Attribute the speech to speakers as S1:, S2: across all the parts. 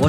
S1: 我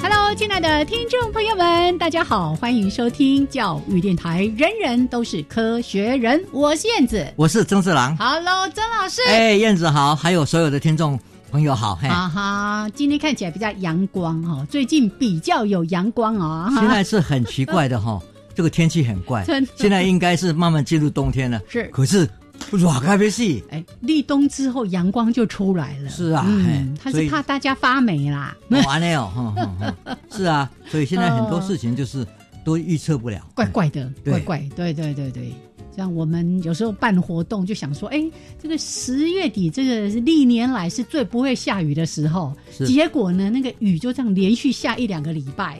S2: Hello，亲爱的听众朋友们，大家好，欢迎收听教育电台，人人都是科学人，我是燕子。
S1: 我是曾志郎。
S2: Hello，曾老师。
S1: 哎，燕子好，还有所有的听众朋友好。嘿，
S2: 哈啊哈，今天看起来比较阳光哦，最近比较有阳光哦。
S1: 现在是很奇怪 的哈、这个天气很怪
S2: 真的，
S1: 现在应该是慢慢进入冬天了。
S2: 是
S1: 可是软咖啡 系
S2: 哎，立冬之后阳光就出来了。
S1: 是啊
S2: 嗯
S1: 嘿，
S2: 他
S1: 所
S2: 是
S1: 以
S2: 怕大家发霉啦。
S1: 完了哦， 哼哼哼是啊，所以现在很多事情就是都预测不了。哎
S2: 怪怪的，
S1: 嗯对
S2: 怪怪，对对对对。像我们有时候办活动，就想说，哎，这个十月底，这个是历年来是最不会下雨的时候，
S1: 是
S2: 结果呢，那个雨就这样连续下一两个礼拜，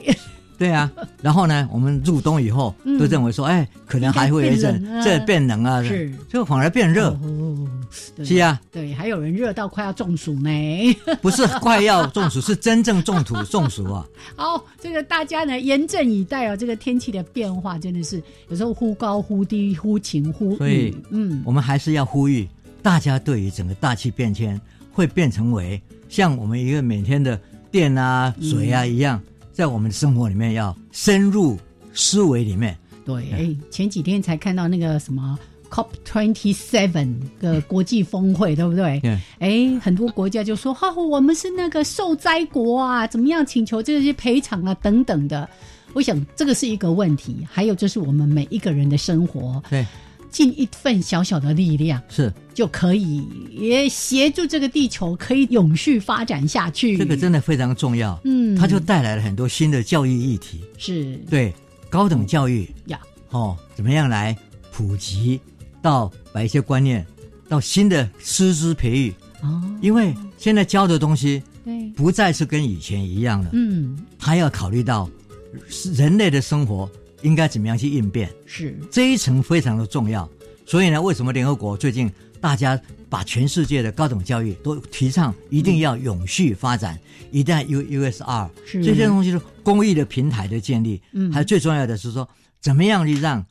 S1: 对啊，然后呢，我们入冬以后
S2: 嗯
S1: 都认为说，哎，可能还会有一阵
S2: 应该变冷啊
S1: 这变冷啊，
S2: 是
S1: 就反而变热。
S2: 哦， 对
S1: 是啊，
S2: 对，还有人热到快要中暑呢。
S1: 不是快要中暑，是真正中暑中暑啊！
S2: 好，这个大家呢严阵以待哦，这个天气的变化真的是有时候忽高忽低、忽晴忽
S1: 所
S2: 雨
S1: 以，
S2: 嗯，
S1: 我们还是要呼吁大家对于整个大气变迁会变成为像我们一个每天的电啊、水啊一样，在我们的生活里面要深入思维里面。
S2: 对，哎，前几天才看到那个什么 COP twenty seven 的国际峰会，对不对？
S1: 对，
S2: 哎，很多国家就说哈、我们是那个受灾国啊，怎么样请求这些赔偿啊等等的。我想这个是一个问题，还有就是我们每一个人的生活，
S1: 对，
S2: 尽一份小小的力量，
S1: 是
S2: 就可以也协助这个地球可以永续发展下去。
S1: 这个真的非常重要。
S2: 嗯
S1: 它就带来了很多新的教育议题，
S2: 是
S1: 对高等教育
S2: 呀，
S1: 哦，怎么样来普及到把一些观念到新的师资培育，
S2: 哦，
S1: 因为现在教的东西
S2: 对，
S1: 不再是跟以前一样了。
S2: 嗯，
S1: 还要考虑到人类的生活应该怎么样去应变，
S2: 是
S1: 这一层非常的重要。所以呢，为什么联合国最近大家把全世界的高等教育都提倡一定要永续发展，一定要 U U S R
S2: 嗯是
S1: 这些东西是公益的平台的建立，
S2: 嗯
S1: 还有最重要的是说怎么样去让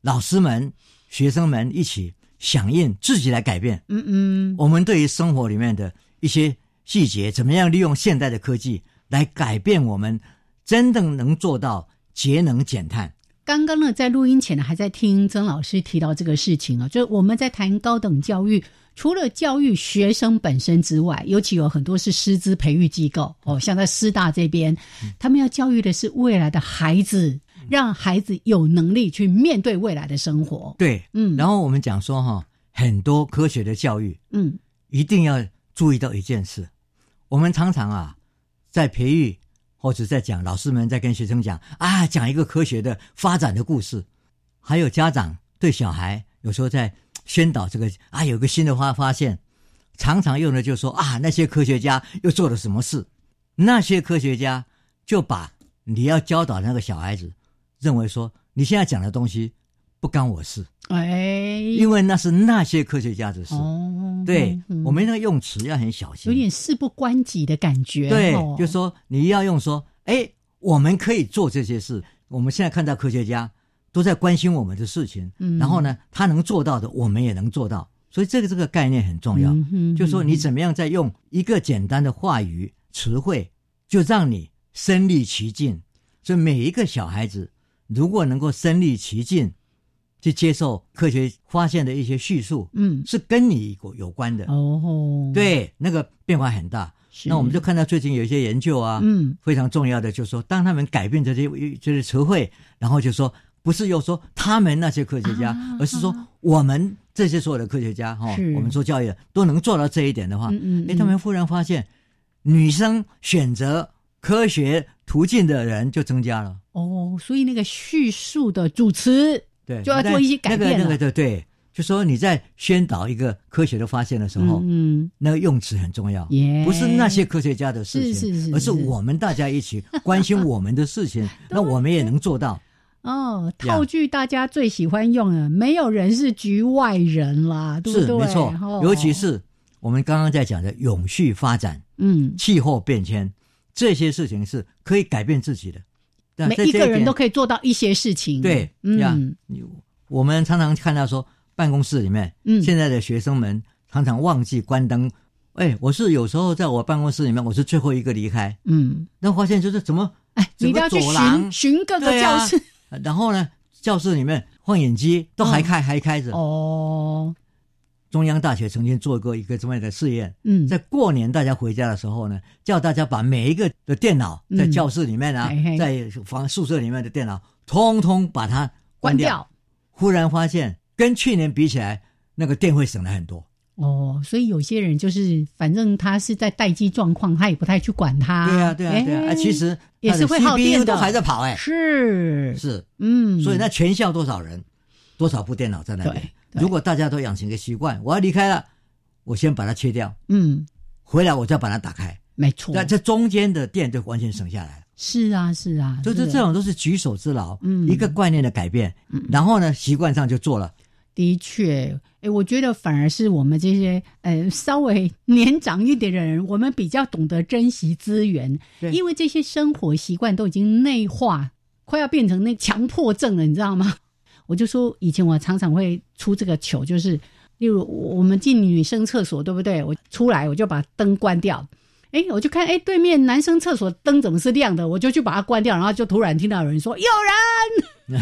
S1: 老师们、学生们一起响应，自己来改变。
S2: 嗯嗯，
S1: 我们对于生活里面的一些细节，怎么样利用现代的科技来改变我们，真正能做到节能减碳？
S2: 刚刚呢，在录音前呢，还在听曾老师提到这个事情啊，就是我们在谈高等教育，除了教育学生本身之外，尤其有很多是师资培育机构哦，像在师大这边，他们要教育的是未来的孩子，让孩子有能力去面对未来的生活。
S1: 对，
S2: 嗯
S1: 然后我们讲说哈，很多科学的教育
S2: 嗯，
S1: 一定要注意到一件事，我们常常啊，在培育或者在讲老师们在跟学生讲啊，讲一个科学的发展的故事，还有家长对小孩有时候在宣导这个啊，有个新的发发现，常常用的就说啊，那些科学家又做了什么事，那些科学家就把你要教导那个小孩子，认为说你现在讲的东西不干我事，
S2: 哎，
S1: 因为那是那些科学家的事。
S2: 哦，
S1: 对
S2: 嗯，
S1: 我们那个用词要很小心，
S2: 有点事不关己的感觉。
S1: 对
S2: 哦，
S1: 就说你要用说，哎，我们可以做这些事。我们现在看到科学家都在关心我们的事情，
S2: 嗯
S1: 然后呢，他能做到的，我们也能做到。所以这个这个概念很重要，
S2: 嗯哼
S1: 就说你怎么样在用一个简单的话语词汇，就让你身历其境。所以每一个小孩子如果能够身历其境，去接受科学发现的一些叙述，
S2: 嗯
S1: 是跟你有有关的。
S2: 哦，
S1: 对，那个变化很大。
S2: 是
S1: 那我们就看到最近有一些研究啊，
S2: 嗯
S1: 非常重要的就是说，当他们改变这些这些词汇，然后就说不是又说他们那些科学家，
S2: 啊
S1: 而是说我们这些所有的科学家哈、
S2: 是
S1: 我们做教育的都能做到这一点的话，
S2: 嗯嗯，
S1: 哎，他们忽然发现，女生选择科学途径的人就增加了。
S2: 哦，所以那个叙述的主词
S1: 对，
S2: 就要做一些改变
S1: 那个
S2: 了
S1: 那个对对，就说你在宣导一个科学的发现的时候，
S2: 嗯嗯嗯
S1: 那个用词很重要，
S2: 耶
S1: 哦不是那些科学家的事情，
S2: 哎是是是
S1: 而
S2: 是
S1: 是我们大家一起关心我们的 事情，那我们也能做到。
S2: 哦，
S1: 呀
S2: 套句大家最喜欢用的，没有人是局外人啦，对不
S1: 是
S2: 对？
S1: 没错，
S2: 哦
S1: 尤其是我们刚刚在讲的永续发展、
S2: 嗯，
S1: 气候变迁这些事情是可以改变自己的。但
S2: 每
S1: 在
S2: 一
S1: 这
S2: 个人
S1: 点
S2: 都可以做到一些事情，
S1: 对呀
S2: 嗯，
S1: 我们常常看到说，办公室里面，
S2: 嗯
S1: 现在的学生们常常忘记关灯。哎，我是有时候在我办公室里面，我是最后一个离开，
S2: 嗯，
S1: 那发现就是怎么，
S2: 哎，你一定要去
S1: 整个走廊
S2: 寻寻各个
S1: 对
S2: 教
S1: 啊
S2: 室、
S1: 然后呢，教室里面放眼机都
S2: 嗯
S1: 还开、还开着。
S2: 哦，
S1: 中央大学曾经做过一个这么样的试验，
S2: 嗯，
S1: 在过年大家回家的时候呢，叫大家把每一个的电脑
S2: 嗯
S1: 在教室里面啊，
S2: 嘿嘿
S1: 在房宿舍里面的电脑，通通把它
S2: 关
S1: 关
S2: 掉
S1: 忽然发现，跟去年比起来，那个电会省了很多。
S2: 哦，所以有些人就是，反正他是在待机状况，他也不太去管他，
S1: 对啊，对啊，对啊，
S2: 哎
S1: 啊其实
S2: 也是会耗电
S1: CPU
S2: 的
S1: 都还在跑哎、
S2: 是，
S1: 是，
S2: 嗯，
S1: 所以那全校多少人，多少部电脑在那
S2: 对
S1: 边？
S2: 对
S1: 如果大家都养成一个习惯，我要离开了，我先把它切掉，
S2: 嗯，
S1: 回来我再把它打开，
S2: 没错，
S1: 那这中间的电就完全省下来了。
S2: 是啊，是啊，
S1: 所以这
S2: 个
S1: 这种都是举手之劳，
S2: 嗯
S1: 一个观念的改变，然后呢，习惯上就做了。
S2: 的确，哎，我觉得反而是我们这些呃稍微年长一点的人，我们比较懂得珍惜资源，
S1: 对
S2: 因为这些生活习惯都已经内化，快要变成那强迫症了，你知道吗？ 我就说以前我常常会出这个糗，就是例如我我们进女生厕所，对不对？我出来我就把灯关掉。哎，我就看，哎，对面男生厕所灯怎么是亮的？我就去把它关掉，然后就突然听到有人说：“有人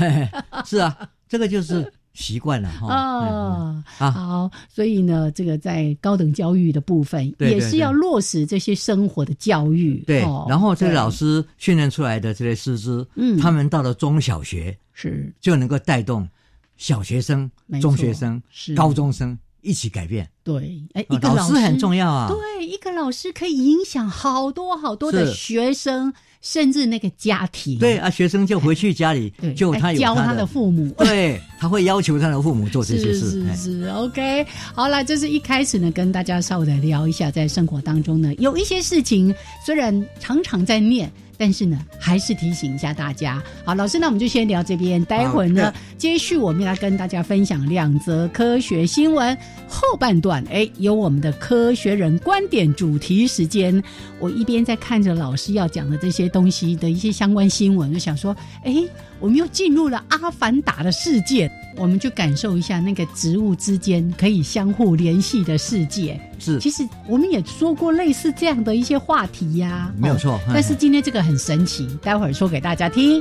S1: 是啊，这个就是习惯了哈。嗯嗯
S2: 啊！”
S1: 啊，
S2: 好，所以呢，这个在高等教育的部分
S1: 对对
S2: 也是要落实这些生活的教育。
S1: 对
S2: 哦，
S1: 然后这个老
S2: 对
S1: 师训练出来的这些师资，
S2: 嗯
S1: 他们到了中小学，
S2: 是
S1: 就能够带动小学生
S2: 没、错
S1: 中学生、
S2: 是
S1: 高中生一起改变。
S2: 对，哎，
S1: 呃
S2: 一个
S1: 师很重要啊，
S2: 对，一个老师可以影响好多好多的
S1: 是
S2: 学生，甚至那个家庭。
S1: 对啊，学生就回去家里
S2: 对，
S1: 就
S2: 哎
S1: 他有
S2: 教
S1: 他
S2: 他的父母。
S1: 对，他会要求他的父母做这些
S2: 是
S1: 事。哎
S2: 是是，OK，好啦，这是一开始呢，跟大家稍微的聊一下，在生活当中呢，有一些事情虽然常常在念，但是呢，还是提醒一下大家。好，老师，那我们就先聊这边，待会儿
S1: 好
S2: 呢
S1: 的，
S2: 接续我们要跟大家分享两则科学新闻后半段，哎，有我们的科学人观点主题时间。我一边在看着老师要讲的这些东西的一些相关新闻，就想说，哎，我们又进入了阿凡达的世界，我们就感受一下那个植物之间可以相互联系的世界。
S1: 是
S2: 其实我们也说过类似这样的一些话题呀、
S1: 没有
S2: 哦
S1: 错嗯
S2: 但是今天这个很神奇，待会儿说给大家听。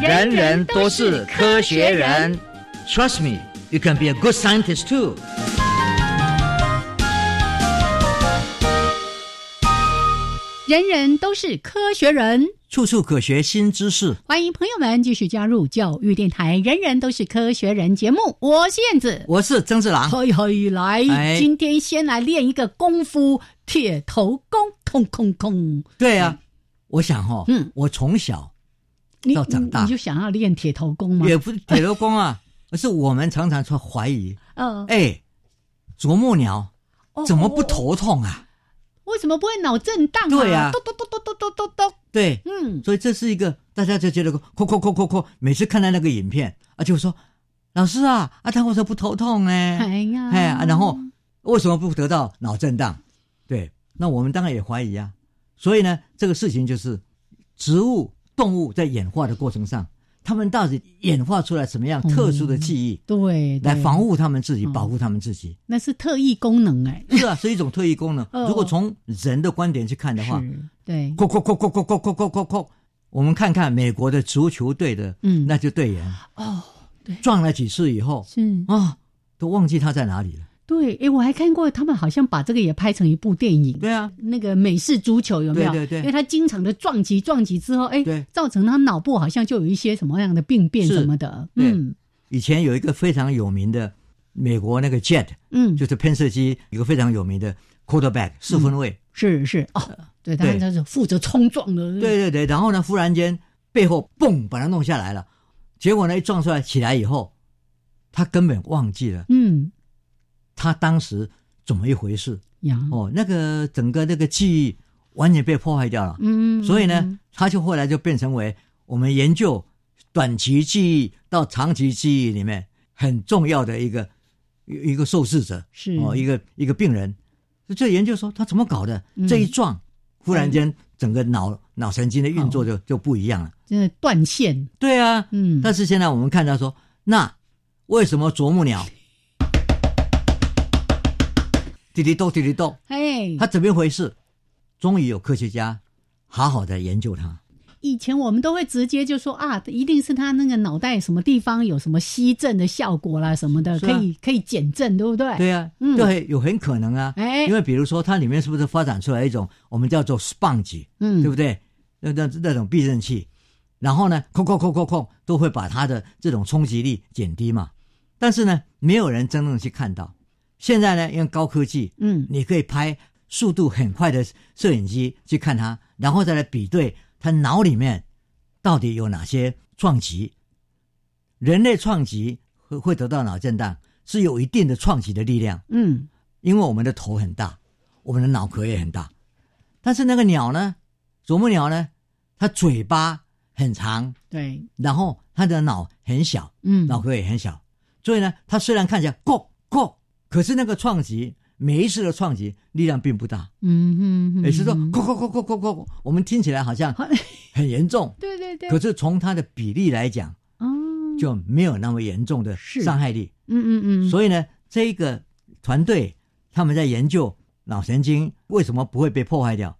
S1: 人人都是科学人。Trust me, you can be a good scientist too.
S2: 人人都是科学人。
S1: 处处可学新知识。
S2: 欢迎朋友们继续加入教育电台《人人都是科学人》节目，我是燕子。
S1: 我是曾志郎，
S2: 嘿嘿，来，
S1: 哎
S2: 今天先来练一个功夫——铁头功，空空空。
S1: 对啊，我想哈，
S2: 嗯
S1: 我从小
S2: 你
S1: 到长大
S2: 你，你就想要练铁头功吗？
S1: 也不是铁头功 啊，而是我们常常说怀疑，
S2: 嗯、
S1: 哎，啄木鸟
S2: 哦
S1: 怎么不？头痛啊？
S2: 为什么不会脑震荡、啊？
S1: 对啊
S2: 咚咚咚咚咚咚咚咚。
S1: 对，
S2: 嗯，
S1: 所以这是一个大家就觉得哭哭哭哭哭，每次看到那个影片啊，就说老师啊，啊他为什么不头痛呢？
S2: 哎呀，
S1: 哎，啊然后为什么不得到脑震荡？对，那我们当然也怀疑啊。所以呢，这个事情就是植物、动物在演化的过程上，它们到底演化出来什么样
S2: 嗯
S1: 特殊的记忆，
S2: 对，对
S1: 来防护它们自己、
S2: 嗯
S1: 保护它们自己？
S2: 那是特异功能哎、
S1: 是啊，是一种特异功能。
S2: 哦
S1: 如果从人的观点去看的话，
S2: 是，对，
S1: 扣扣扣扣扣扣扣扣扣扣，我们看看美国的足球队的，
S2: 嗯
S1: 那就队员
S2: 哦，
S1: 撞了几次以后
S2: 是
S1: 啊、都忘记他在哪里了。
S2: 对，哎、我还看过他们好像把这个也拍成一部电影。
S1: 对啊，
S2: 那个美式足球有没有？
S1: 对对对
S2: 因为他经常的撞击撞击之后，哎
S1: 对，
S2: 造成他脑部好像就有一些什么样的病变
S1: 是
S2: 什么的。
S1: 对
S2: 嗯
S1: 以前有一个非常有名的美国那个 Jet，
S2: 嗯，
S1: 就是喷射机，一个非常有名的 quarterback 四分卫。
S2: 是是哦，对，他
S1: 呃对
S2: 他是负责冲撞的。
S1: 对对对，然后呢，忽然间背后嘣把他弄下来了，结果呢一撞出来起来以后，他根本忘记了
S2: 嗯
S1: 他当时怎么一回事。
S2: 呀，
S1: 哦，那个整个那个记忆完全被破坏掉了。
S2: 嗯，
S1: 所以呢，他就后来就变成为我们研究短期记忆到长期记忆里面很重要的一个一一个受试者
S2: 是
S1: 哦，一个一个病人。就研究说他怎么搞的，
S2: 嗯
S1: 这一撞，忽然间整个脑脑神经的运作就就不一样了。
S2: 真的断线。
S1: 对啊，
S2: 哦嗯，
S1: 但是现在我们看到说，那为什么啄木鸟滴滴咚滴滴咚？
S2: 哎，
S1: 它怎么一回事？终于有科学家好好的研究它。
S2: 以前我们都会直接就说啊，一定是他那个脑袋什么地方有什么吸震的效果啦什么的，
S1: 是
S2: 可
S1: 啊
S2: 以可以减震，对不对？，
S1: 对啊，
S2: 嗯
S1: 对，有很可能啊，
S2: 哎
S1: 因为比如说它里面是不是发展出来一种我们叫做 sponge，、
S2: 嗯，
S1: 对不对？那那那种避震器，然后呢，空空空空空都会把它的这种冲击力减低嘛。但是呢，没有人真正去看到。现在呢，因为高科技，
S2: 嗯，
S1: 你可以拍速度很快的摄影机去看它，然后再来比对它脑里面到底有哪些撞击。人类撞击会会得到脑震荡，是有一定的撞击的力量，
S2: 嗯
S1: 因为我们的头很大，我们的脑壳也很大。但是那个鸟呢，啄木鸟呢，它嘴巴很长，
S2: 对，
S1: 然后它的脑很小，
S2: 嗯，
S1: 脑壳也很小，所以呢，它虽然看起来够够，可是那个撞击，每一次的撞击力量并不大，
S2: 嗯哼，
S1: 也就是说，
S2: 嗯
S1: 够够够够够够，我们听起来好像很严重，
S2: 对对对，
S1: 可是从它的比例来讲，
S2: 哦，
S1: 就没有那么严重的
S2: 是
S1: 伤害力。
S2: 嗯嗯嗯，
S1: 所以呢，这个团队他们在研究脑神经为什么不会被破坏掉，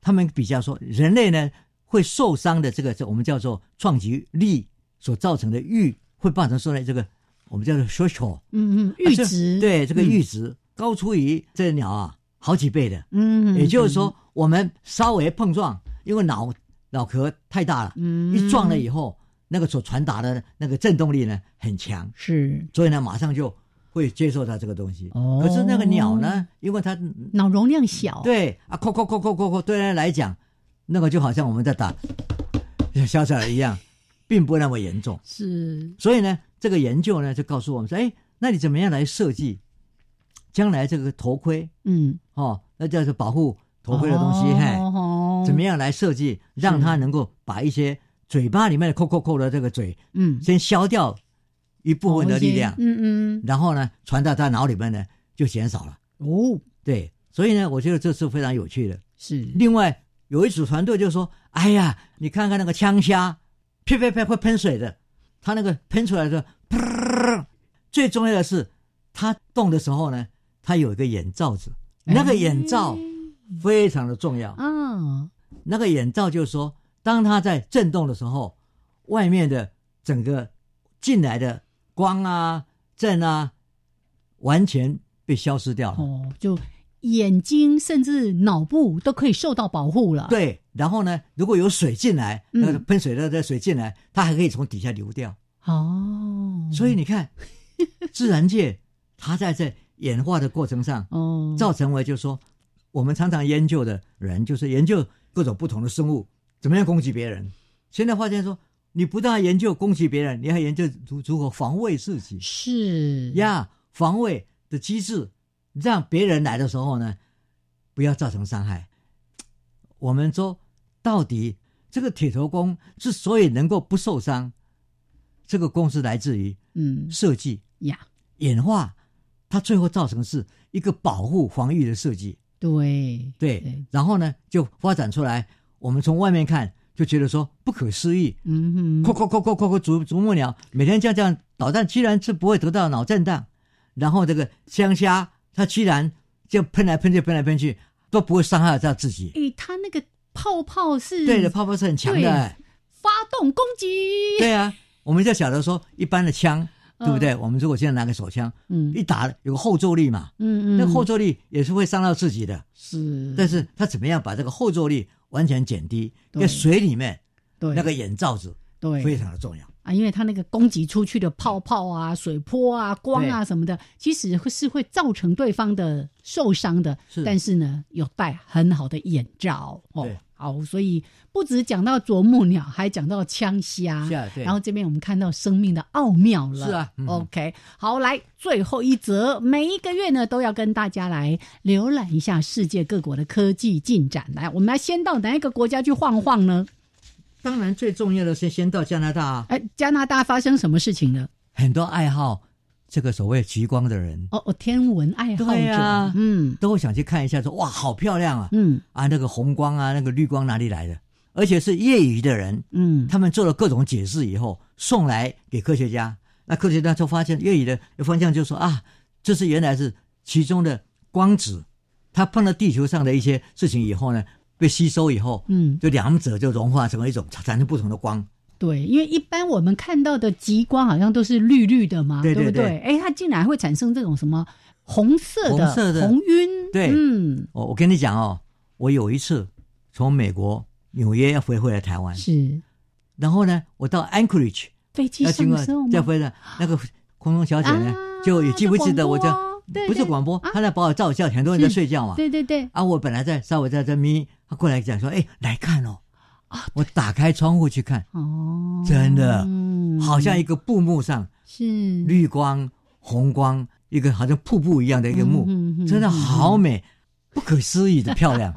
S1: 他们比较说，人类呢会受伤的这个，这我们叫做撞击力所造成的阈，会造成说哎呢这个我们叫做 social
S2: 嗯嗯，
S1: 啊
S2: 阈
S1: 这
S2: 值，，
S1: 对这个
S2: 嗯
S1: 阈值、高出于这鸟啊好几倍的，
S2: 嗯，
S1: 也就是说我们稍微碰撞，因为脑脑壳太大了，
S2: 嗯，嗯，
S1: 一撞了以后，那个所传达的那个震动力呢很强。
S2: 是
S1: 所以呢，马上就会接受到这个东西。
S2: 哦
S1: 可是那个鸟呢，因为它
S2: 脑容量小，，
S1: 对啊，扣扣扣扣扣扣，对它来讲，那个就好像我们在打小小的一样，并不那么严重。
S2: 是，
S1: 所以呢，这个研究呢就告诉我们说，哎，那你怎么样来设计将来这个头盔
S2: 嗯，
S1: 哦，那叫做保护头盔的东西，嘿，
S2: 哦，
S1: 怎么？样来设计，让它能够把一些嘴巴里面的扣扣扣的这个嘴
S2: 嗯，
S1: 先消掉一部分的力量
S2: 哦，嗯嗯，
S1: 然后呢，传到他脑里面呢就减少了。
S2: 哦，
S1: 对，所以呢，我觉得这是非常有趣的。
S2: 是，
S1: 另外有一组团队就说：“哎呀，你看看那个枪虾，呸呸呸会喷水的，它那个喷出来的，噗最重要的是它动的时候呢，它有一个眼罩子，
S2: 哎
S1: 那个眼罩非常的重要。
S2: 啊，
S1: 那个眼罩就是说，当它在震动的时候，外面的整个进来的光啊、正啊，完全被消失掉了。
S2: 哦，就眼睛甚至脑部都可以受到保护了。，
S1: 对，然后呢，如果有水进来，那个
S2: 嗯
S1: 喷水的的水进来，它还可以从底下流掉。
S2: 哦，
S1: 所以你看，自然界它在这演化的过程上，
S2: 哦，
S1: 造成为就是说，我们常常研究的人就是研究各种不同的生物怎么样攻击别人。现在发现说，你不但研究攻击别人，你还研究如如何防卫自己
S2: 是，
S1: 呀，防卫的机制，让别人来的时候呢，不要造成伤害。我们说，到底这个铁头功之所以能够不受伤，这个功是来自于
S2: 嗯
S1: 设计
S2: 呀，
S1: 演化，它最后造成是一个保护防御的设计。
S2: 对
S1: 对，然后呢就发展出来。我们从外面看就觉得说不可思议，
S2: 嗯
S1: 快
S2: 哼，
S1: 快快快快快啄啄木鸟每天这样这样捣蛋，居然是不会得到脑震荡。然后这个香虾，它居然就喷来喷去，喷来喷去都不会伤害到自己。
S2: 诶，它那个泡泡是
S1: 嗯对的，泡泡是很强的、哎
S2: 对发动攻击，
S1: 对啊，我们就晓得说一般的枪，对不对？我们如果现在拿个手枪
S2: 嗯
S1: 一打，有个后坐力嘛，
S2: 嗯嗯，
S1: 那个后坐力也是会伤到自己的。
S2: 是，
S1: 但是它怎么样把这个后坐力完全减低？
S2: 对
S1: 在水里面
S2: 对
S1: 那个眼罩子
S2: 对
S1: 非常的重要。
S2: 啊，因为它那个攻击出去的泡泡啊、水波啊、光啊
S1: 对
S2: 什么的，其实会是会造成对方的受伤的。
S1: 是
S2: 但是呢，有戴很好的眼罩哦
S1: 对。
S2: 好，所以不止讲到啄木鸟，还讲到枪虾。
S1: 是啊对
S2: 然后这边我们看到生命的奥妙了。
S1: 是啊嗯
S2: OK，好，来最后一则，每一个月呢都要跟大家来浏览一下世界各国的科技进展。来，我们来先到哪一个国家去晃晃呢？
S1: 当然，最重要的是先到加拿大、啊，
S2: 哎，加拿大发生什么事情呢？
S1: 很多爱好这个所谓极光的人
S2: 哦哦，天文爱好
S1: 对
S2: 者，
S1: 啊
S2: 嗯
S1: 都会想去看一下说，哇，好漂亮啊！
S2: 嗯
S1: 啊，那个红光啊，那个绿光哪里来的？而且是业余的人，
S2: 嗯，
S1: 他们做了各种解释以后，送来给科学家。那科学家就发现，粤语的方向就说啊，这是原来是其中的光子，它碰到地球上的一些事情以后呢，被吸收以后，
S2: 嗯
S1: 就两者就融化成为一种，产生不同的光。
S2: 对，因为一般我们看到的极光好像都是绿绿的嘛，
S1: 对
S2: 不
S1: 对
S2: 对？
S1: 对
S2: 哎，它竟然会产生这种什么红色的
S1: 红色的
S2: 红晕，
S1: 对
S2: 嗯，
S1: 我我跟你讲哦，我有一次从美国纽约要飞回来台湾，
S2: 是
S1: 然后呢，我到 Anchorage
S2: 飞机
S1: 要
S2: 上
S1: 经过
S2: 的时候
S1: 再
S2: 吗？
S1: 飞的那个空中小姐呢，
S2: 啊
S1: 就你记不记得我
S2: 在
S1: 叫
S2: 广播对
S1: 不是
S2: 对
S1: 广播，她在把我照叫，很多人在
S2: 是
S1: 睡觉嘛。
S2: 对对对，
S1: 啊，我本来在稍微在这眯，他过来讲说：“哎，来看哦。”
S2: 啊
S1: 我打开窗户去看，
S2: 哦，
S1: 真的
S2: 嗯
S1: 好像一个布幕上
S2: 是
S1: 绿光、红光，一个好像瀑布一样的一个幕，
S2: 嗯嗯嗯
S1: 真的
S2: 嗯
S1: 好美，不可思议的漂 亮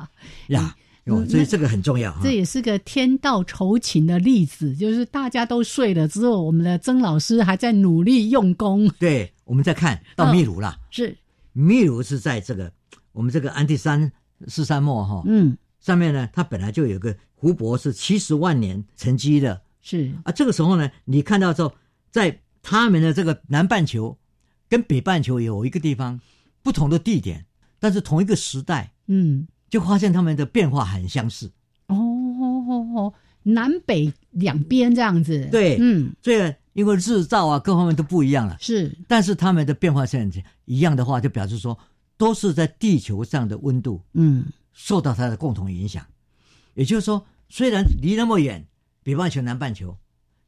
S1: 呀！哟，所以
S2: 那
S1: 这个很重要啊。
S2: 嗯这也是个天道酬勤的例子，就是大家都睡了，只有我们的曾老师还在努力用功。
S1: 对，我们再看到秘鲁啦，
S2: 是，
S1: 秘鲁是在这个我们这个安第山四山漠哈、
S2: 嗯，
S1: 上面呢，它本来就有个湖泊是七十万年沉积的，
S2: 是，
S1: 啊，这个时候呢，你看到之后，在他们的这个南半球跟北半球有一个地方不同的地点，但是同一个时代，
S2: 嗯。
S1: 就发现他们的变化很相似。
S2: 哦哦哦哦，南北两边这样子。
S1: 对
S2: 嗯，
S1: 这因为日照啊各方面都不一样了，
S2: 是
S1: 但是他们的变化是很一样的话，就表示说都是在地球上的温度
S2: 嗯
S1: 受到它的共同影响。也就是说，虽然离那么远，北半球、南半球，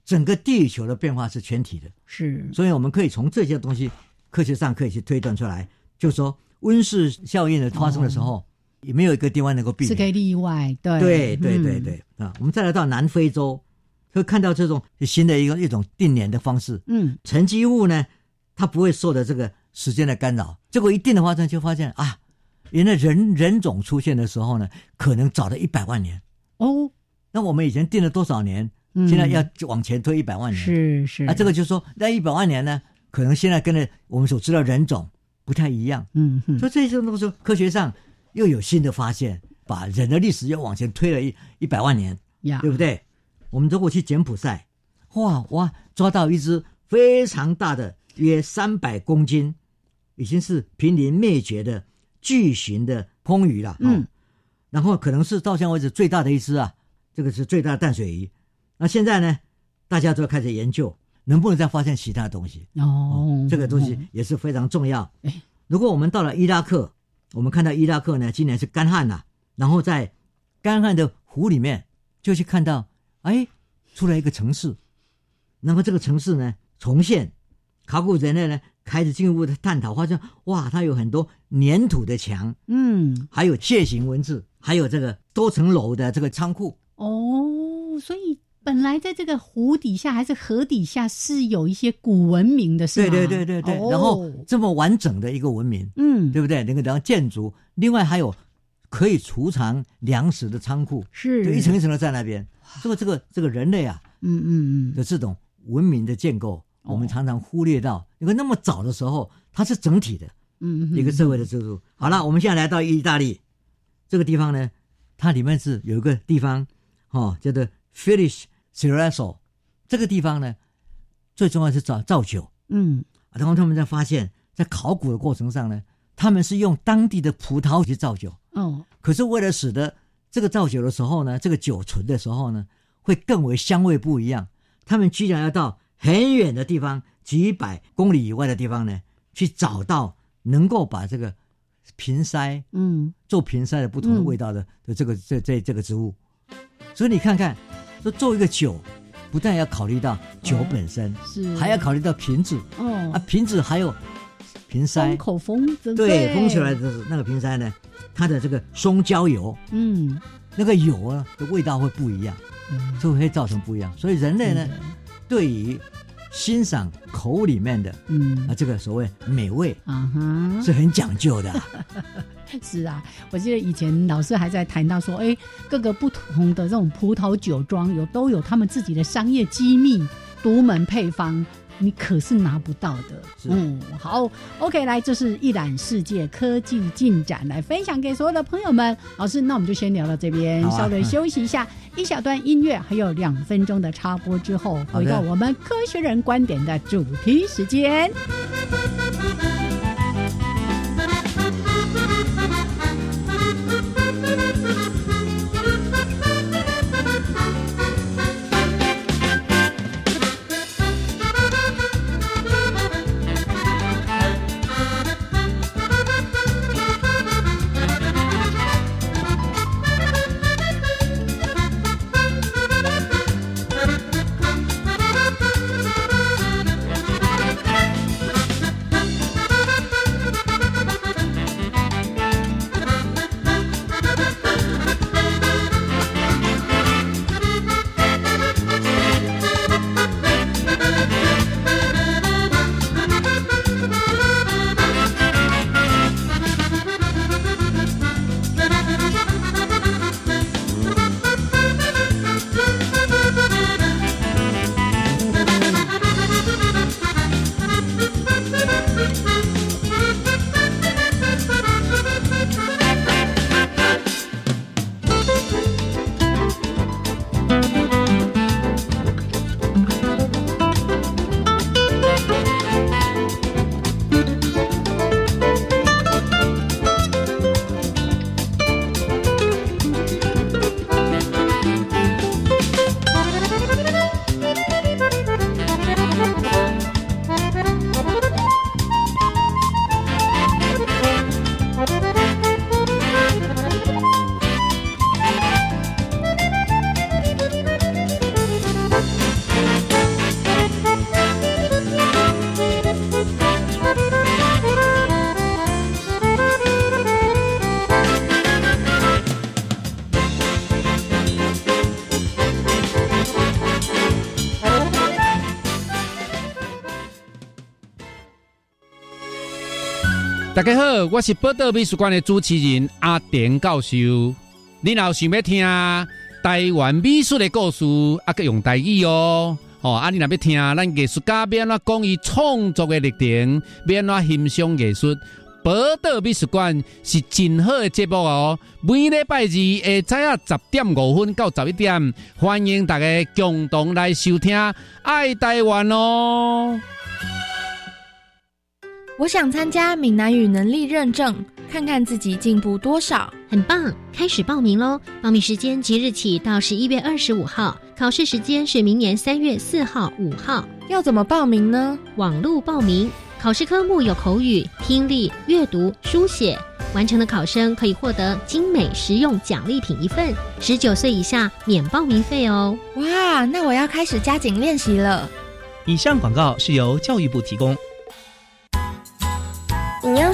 S1: 整个地球的变化是全体的。
S2: 是
S1: 所以我们可以从这些东西科学上可以去推断出来，就说温室效应的发生的时候，也没有一个地方能够避
S2: 哦是个
S1: 免。
S2: 例外，对
S1: 对对
S2: 嗯
S1: 对对啊！我们再来到南非洲，会看到这种新的一个一种定年的方式，
S2: 嗯
S1: 沉积物呢，它不会受到这个时间的干扰。结果一定的话呢，就发现啊，原来人人种出现的时候呢，可能早了一百万年。
S2: 哦，
S1: 那我们以前定了多少年？
S2: 嗯
S1: 现在要往前推一百万年。
S2: 是是
S1: 啊，这个就是说那一百万年呢，可能现在跟着我们所知道人种不太一样，
S2: 嗯嗯
S1: 所以这些东西科学上又有新的发现，把人的历史又往前推了一一百万年，
S2: 呀
S1: 对不对？我们如果去柬埔寨，哇哇，抓到一只非常大的，约三百公斤，已经是濒临灭绝的巨型的烹鱼了，哦
S2: 嗯，
S1: 然后可能是到现在为止最大的一只啊，这个是最大的淡水鱼。那现在呢，大家都开始研究能不能再发现其他东西。
S2: 哦，
S1: 这个东
S2: 哦
S1: 西也是非常重要
S2: 哎。
S1: 如果我们到了伊拉克，我们看到伊拉克呢，今年是干旱呐、然后在干旱的湖里面，就去看到，哎，出来一个城市，那么这个城市呢，重现考古人类呢开始进一步的探讨，发现哇，它有很多粘土的墙，
S2: 嗯，
S1: 还有楔形文字，还有这个多层楼的这个仓库，
S2: 哦，所以本来在这个湖底下还是河底下是有一些古文明的，是
S1: 对
S2: 吗？
S1: 对对对对，
S2: 哦
S1: 然后这么完整的一个文明，
S2: 嗯，
S1: 对不对？那个然后建筑，另外还有可以储藏粮食的仓库，
S2: 是，
S1: 就一层一层的在那边。这个这个这个人类啊
S2: 嗯嗯嗯，
S1: 的这种文明的建构，我
S2: 哦
S1: 们常常忽略到，因为那么早的时候它是整体的
S2: 嗯，嗯
S1: 一个社会的制度。好了，我们现在来到意大利这个地方呢，它里面是有一个地方哦，叫做 f e l i s c i r a s o 这个地方呢，最重要是造造酒。
S2: 嗯，
S1: 啊然后他们才发现，在考古的过程上呢，他们是用当地的葡萄去造酒，
S2: 哦，
S1: 可是为了使得这个造酒的时候呢，这个酒醇的时候呢，会更为香味不一样，他们居然要到很远的地方，几百公里以外的地方呢，去找到能够把这个瓶塞
S2: 嗯，
S1: 做瓶塞的不同的味道的、的这个这这这个植物，所以你看看，说做一个酒，不但要考虑到酒本身，
S2: 是，
S1: 还要考虑到瓶子。
S2: 哦
S1: 啊，，瓶子还有瓶塞
S2: 封，口封，对
S1: 对，封起来，的那个瓶塞呢，它的这个松焦油，
S2: 嗯，
S1: 那个油啊的味道会不一样，
S2: 嗯
S1: 就会造成不一样。所以人类呢，，对于欣赏口里面的
S2: 嗯
S1: 啊，这个所谓美味
S2: 啊哈，
S1: 是很讲究的啊。
S2: 是啊，我记得以前老师还在谈到说，哎，各个不同的这种葡萄酒庄有都有他们自己的商业机密、独门配方，你可是拿不到的。
S1: 是
S2: 嗯，好，OK，来，这是一览世界科技进展，来分享给所有的朋友们。老师，那我们就先聊到这边，
S1: 好啊
S2: 稍微
S1: 嗯
S2: 休息一下，一小段音乐，还有两分钟的插播之后，
S1: 好
S2: 回
S1: 的
S2: 到我们科学人观点的主题时间。
S3: 大家好，我是报道美术馆的主持人阿田教授。你若有想要听台湾美术的故事，啊，佮用台语哦。哦，啊，你若要听咱艺术家要安怎讲伊创作的历程，要安怎欣赏艺术，宝岛美术馆是真好的节目哦。每礼拜二下早啊十点五分到十一点，欢迎大家共同来收听《爱台湾》哦。
S4: 我想参加闽南语能力认证，看看自己进步多少。
S5: 很棒，开始报名喽！报名时间即日起到十一月二十五号，考试时间是明年三月四号、五号。
S4: 要怎么报名呢？
S5: 网络报名。考试科目有口语、听力、阅读、书写。完成的考生可以获得精美实用奖励品一份，十九岁以下免报名费哦。
S4: 哇，那我要开始加紧练习了。
S6: 以上广告是由教育部提供。
S7: 饮用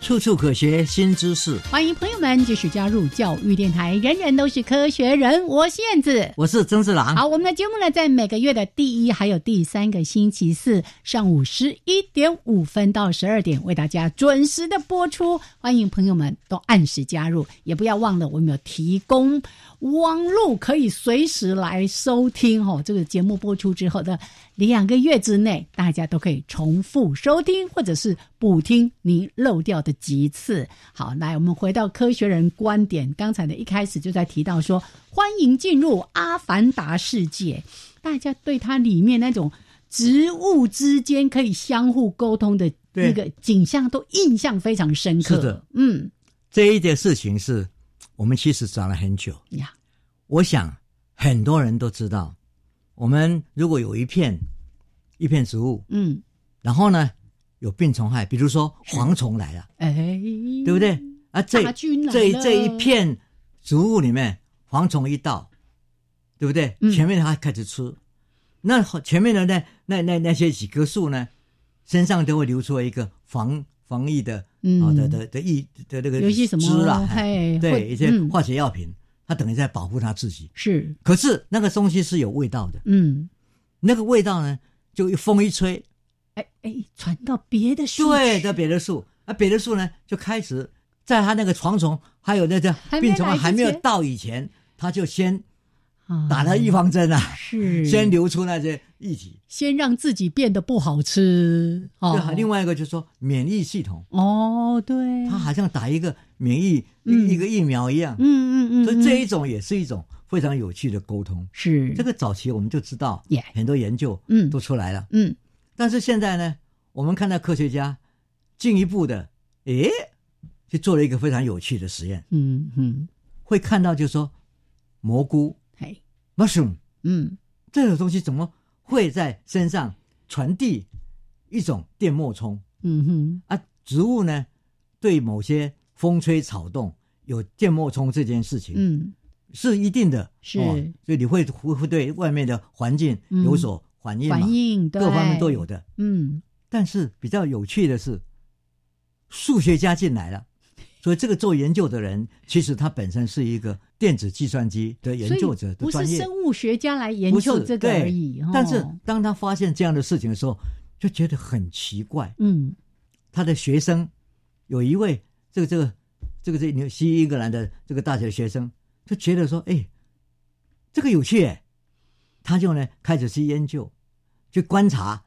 S1: 处处可学新知识。
S2: 欢迎朋友们继续加入教育电台，人人都是科学人，我是燕子。
S1: 我是曾志郎。
S2: 好，我们的节目呢，在每个月的第一还有第三个星期四上午十一点五分到十二点为大家准时的播出，欢迎朋友们都按时加入，也不要忘了我们有提供网路可以随时来收听哦。这个节目播出之后的两个月之内，大家都可以重复收听或者是补听您漏掉的几次。好，来我们回到科学人观点，刚才的一开始就在提到说，欢迎进入阿凡达世界，大家对它里面那种植物之间可以相互沟通的
S1: 对
S2: 那个景象都印象非常深刻。
S1: 是的，
S2: 嗯
S1: 这一件事情是我们其实讲了很久。
S2: 呀，
S1: 我想很多人都知道，我们如果有一片一片植物，
S2: 嗯，
S1: 然后呢有病虫害，比如说蝗虫来了，
S2: 哎，
S1: 对不对？啊，这
S2: 大军来
S1: 这
S2: 了
S1: 这一片植物里面，蝗虫一到，对不对？
S2: 嗯
S1: 前面它开始吃，那前面的那那那那些几棵树呢，身上都会流出一个防防疫的
S2: 嗯
S1: 哦的的的疫的那个
S2: 有一些什么
S1: 汁啦，
S2: 嘿
S1: 对
S2: 会
S1: 一些
S2: 嗯
S1: 化学药品，它等于在保护它自己。
S2: 是，
S1: 可是那个东西是有味道的，
S2: 嗯，
S1: 那个味道呢，就一风一吹，
S2: 哎哎，传到别的树
S1: 对，
S2: 去
S1: 到别的树，啊，别的树呢就开始在它那个床虫还有那个
S2: 还没
S1: 病虫
S2: 来
S1: 害
S2: 之
S1: 还没有
S2: 前
S1: 到以前，它就先
S2: 啊
S1: 打了预防针啊，
S2: 是
S1: 先流出那些液体。
S2: 先让自己变得不好吃
S1: 对
S2: 哦，，
S1: 另外一个就是说免疫系统，
S2: 哦，对，
S1: 它好像打一个免疫
S2: 嗯
S1: 一个疫苗一样，
S2: 嗯嗯嗯，
S1: 所以这
S2: 嗯
S1: 一种也是一种非常有趣的沟通。
S2: 是
S1: 这个早期我们就知道
S2: Yeah，
S1: 很多研究
S2: 嗯
S1: 都出来了。
S2: 嗯
S1: 但是现在呢，我们看到科学家进一步的，诶，去做了一个非常有趣的实验，
S2: 嗯嗯，
S1: 会看到就是说蘑菇
S2: 嘿，
S1: mushroom
S2: 嗯
S1: 这种东西怎么会在身上传递一种电脉冲
S2: 嗯哼，
S1: 啊？植物呢，对某些风吹草动有电脉冲这件事情，
S2: 嗯
S1: 是一定的，哦
S2: 是
S1: 所以你会会会对外面的环境
S2: 嗯
S1: 有所反应嘛，
S2: 反应
S1: 各方面都
S2: 对
S1: 有的。
S2: 嗯
S1: 但是比较有趣的是，数学家进来了，所以这个做研究的人其实他本身是一个电子计算机的研究者
S2: 不是
S1: 的专业
S2: 生，物学家来研
S1: 不
S2: 究
S1: 是
S2: 这个
S1: 对
S2: 而已。哦
S1: 但是当他发现这样的事情的时候，就觉得很奇怪。
S2: 嗯
S1: 他的学生有一位这个这个这个这个西英格兰的这个大学学生就觉得说，哎，这个有趣耶，他就呢开始去研究，去观察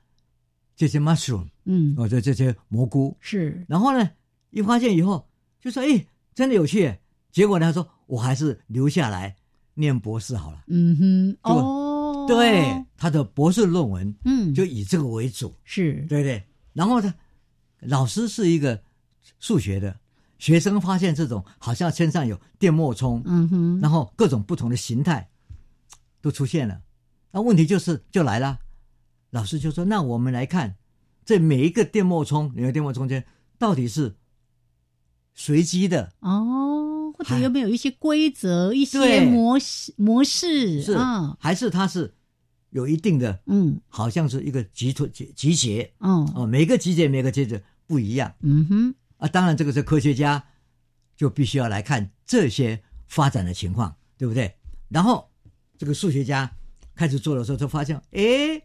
S1: 这些 mushroom，
S2: 嗯
S1: 或者这些蘑菇，
S2: 是
S1: 然后呢，一发现以后就说：“哎，真的有趣耶。”结果呢，他说：“我还是留下来念博士好了。
S2: 嗯哼
S1: 果
S2: 哦
S1: 对，他的博士论文
S2: 嗯
S1: 就以这个为主，
S2: 是
S1: 对不对？然后呢，老师是一个数学的，学生发现这种好像身上有电脉冲，
S2: 嗯哼
S1: 然后各种不同的形态都出现了。那、问题就是就来了，老师就说：“那我们来看，这每一个电脉冲，每个电脉冲间到底是随机的，
S2: 哦，或者
S1: 哎
S2: 有没有一些规则、一些
S1: 对
S2: 模式、模式
S1: 是、
S2: 啊？
S1: 还是它是有一定的，
S2: 嗯
S1: 好像是一个集团集集结
S2: 哦
S1: 哦，每个集结每个集结不一样
S2: 嗯哼
S1: 啊。当然，这个是科学家就必须要来看这些发展的情况，对不对？然后这个数学家开始做的时候，就发现，诶，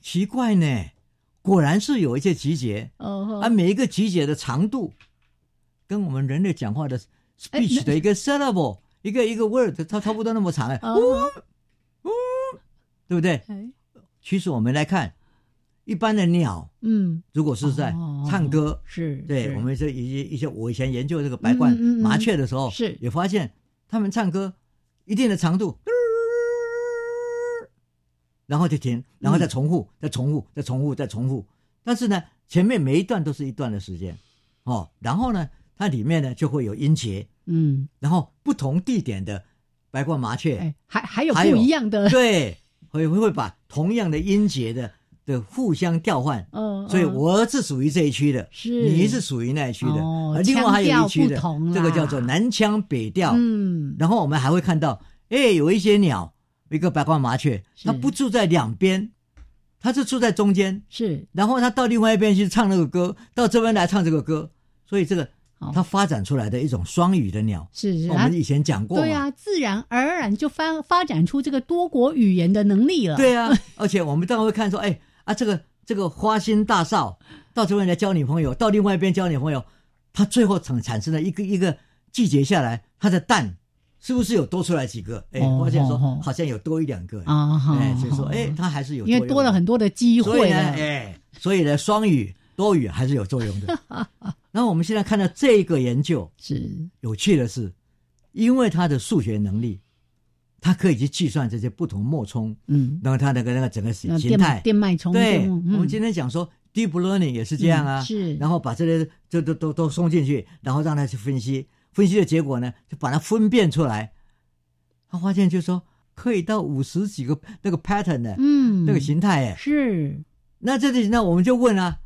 S1: 奇怪呢，果然是有一些集结，
S2: 哦
S1: 啊，每一个集结的长度跟我们人类讲话的
S2: 哎
S1: speech 的一个 syllable，、一个一个 word，它差不多那么长哎、
S2: 哦
S1: 对不对？
S2: 哎
S1: 其实我们来看，一般的鸟
S2: 嗯
S1: 如果是在
S2: 哦
S1: 唱歌，
S2: 是，
S1: 对
S2: 是
S1: 我们这一些一些，我以前研究这个白冠
S2: 嗯嗯嗯
S1: 麻雀的时候，
S2: 是
S1: 也发现它们唱歌一定的长度，然后就停，然后再重
S2: 嗯
S1: 复，再重复，再重复，再重复。但是呢，前面每一段都是一段的时间，哦，然后呢，它里面呢就会有音节，
S2: 嗯
S1: 然后不同地点的白冠麻雀，
S2: 哎还还有
S1: 还有
S2: 不一样的
S1: 对，会会会把同样的音节的的互相调换，
S2: 呃，
S1: 所以
S2: 呃
S1: 我是属于这一区的，
S2: 是
S1: 你是属于那一区的，啊
S2: 哦
S1: 而另外还有一区的
S2: 腔调不同，啦
S1: 这个叫做南腔北调。
S2: 嗯
S1: 然后我们还会看到，哎，有一些鸟，一个白冠麻雀，
S2: 是
S1: 它不住在两边，它是住在中间，
S2: 是
S1: 然后它到另外一边去唱那个歌，到这边来唱这个歌，所以这个
S2: 好
S1: 它发展出来的一种双语的鸟，
S2: 是是
S1: 我
S2: 啊
S1: 们以前讲过嘛，
S2: 对啊，自然而然就发发展出这个多国语言的能力了。
S1: 对啊， 而且我们当然会看说，哎啊，这个这个花心大少到这边来交女朋友，到另外一边交女朋友，他最后产产生了一个一个季节下来，他的蛋是不是有多出来几个？哎，
S2: 哦
S1: 发现说
S2: 哦哦
S1: 好像有多一两个，
S2: 啊，好
S1: 哎，所以说
S2: 好
S1: 哎，他还是有
S2: 因为多了很多的机
S1: 多所
S2: 会
S1: 以呢，
S2: 了。
S1: 哎，所以呢，双语多语还是有作用的。 然后我们现在看到这个研究，
S2: 是
S1: 有趣的是，因为他的数学能力，他可以去计算这些不同脉冲。
S2: 嗯，
S1: 然后它那个那个整个
S2: 那
S1: 形形
S2: 电
S1: 态，
S2: 电脉冲
S1: 对，
S2: 动
S1: 我
S2: 嗯
S1: 们今天讲说 deep learning 也是这样啊，
S2: 嗯是
S1: 然后把这些这都都都送进去，然后让它去分析，分析的结果呢，就把它分辨出来，他发现就说可以到五十几个那个 pattern 呢，
S2: 嗯
S1: 那个形态哎，
S2: 是
S1: 那这里那我们就问啊，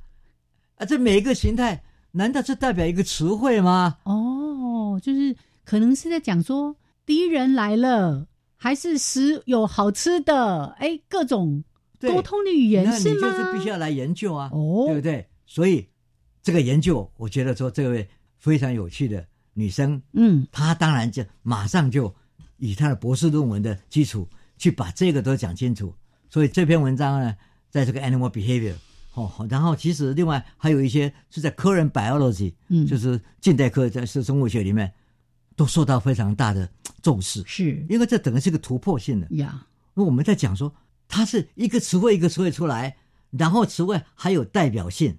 S1: 啊这每一个形态难道是代表一个词汇吗？
S2: 哦，就是可能是在讲说敌人来了，还是食有好吃的，哎，各种
S1: 对
S2: 沟通的语言
S1: 那你
S2: 是
S1: 就
S2: 吗？
S1: 是必须要来研究啊，
S2: 哦
S1: 对不对？所以这个研究，我觉得说这位非常有趣的女生，
S2: 嗯
S1: 她当然就马上就以她的博士论文的基础去把这个都讲清楚。所以这篇文章呢，在这个 animal behavior 哦，然后其实另外还有一些是在 current biology，
S2: 嗯，
S1: 就是近代科在是生物学里面都受到非常大的重视，
S2: 是
S1: 因为这等于是个突破性的。
S2: 呀，
S1: 那我们在讲说，它是一个词汇一个词汇出来，然后词汇还有代表性，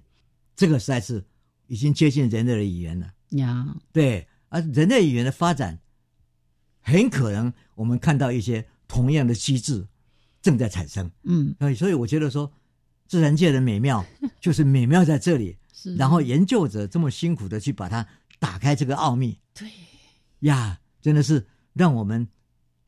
S1: 这个实在是已经接近人类的语言了。
S2: 呀，
S1: 对，而人类语言的发展，很可能我们看到一些同样的机制正在产生。
S2: 嗯
S1: 所以，所以我觉得说，自然界的美妙 就是美妙在这里。
S2: 是，
S1: 然后研究者这么辛苦的去把它打开这个奥秘，
S2: 对，
S1: 呀，真的是让我们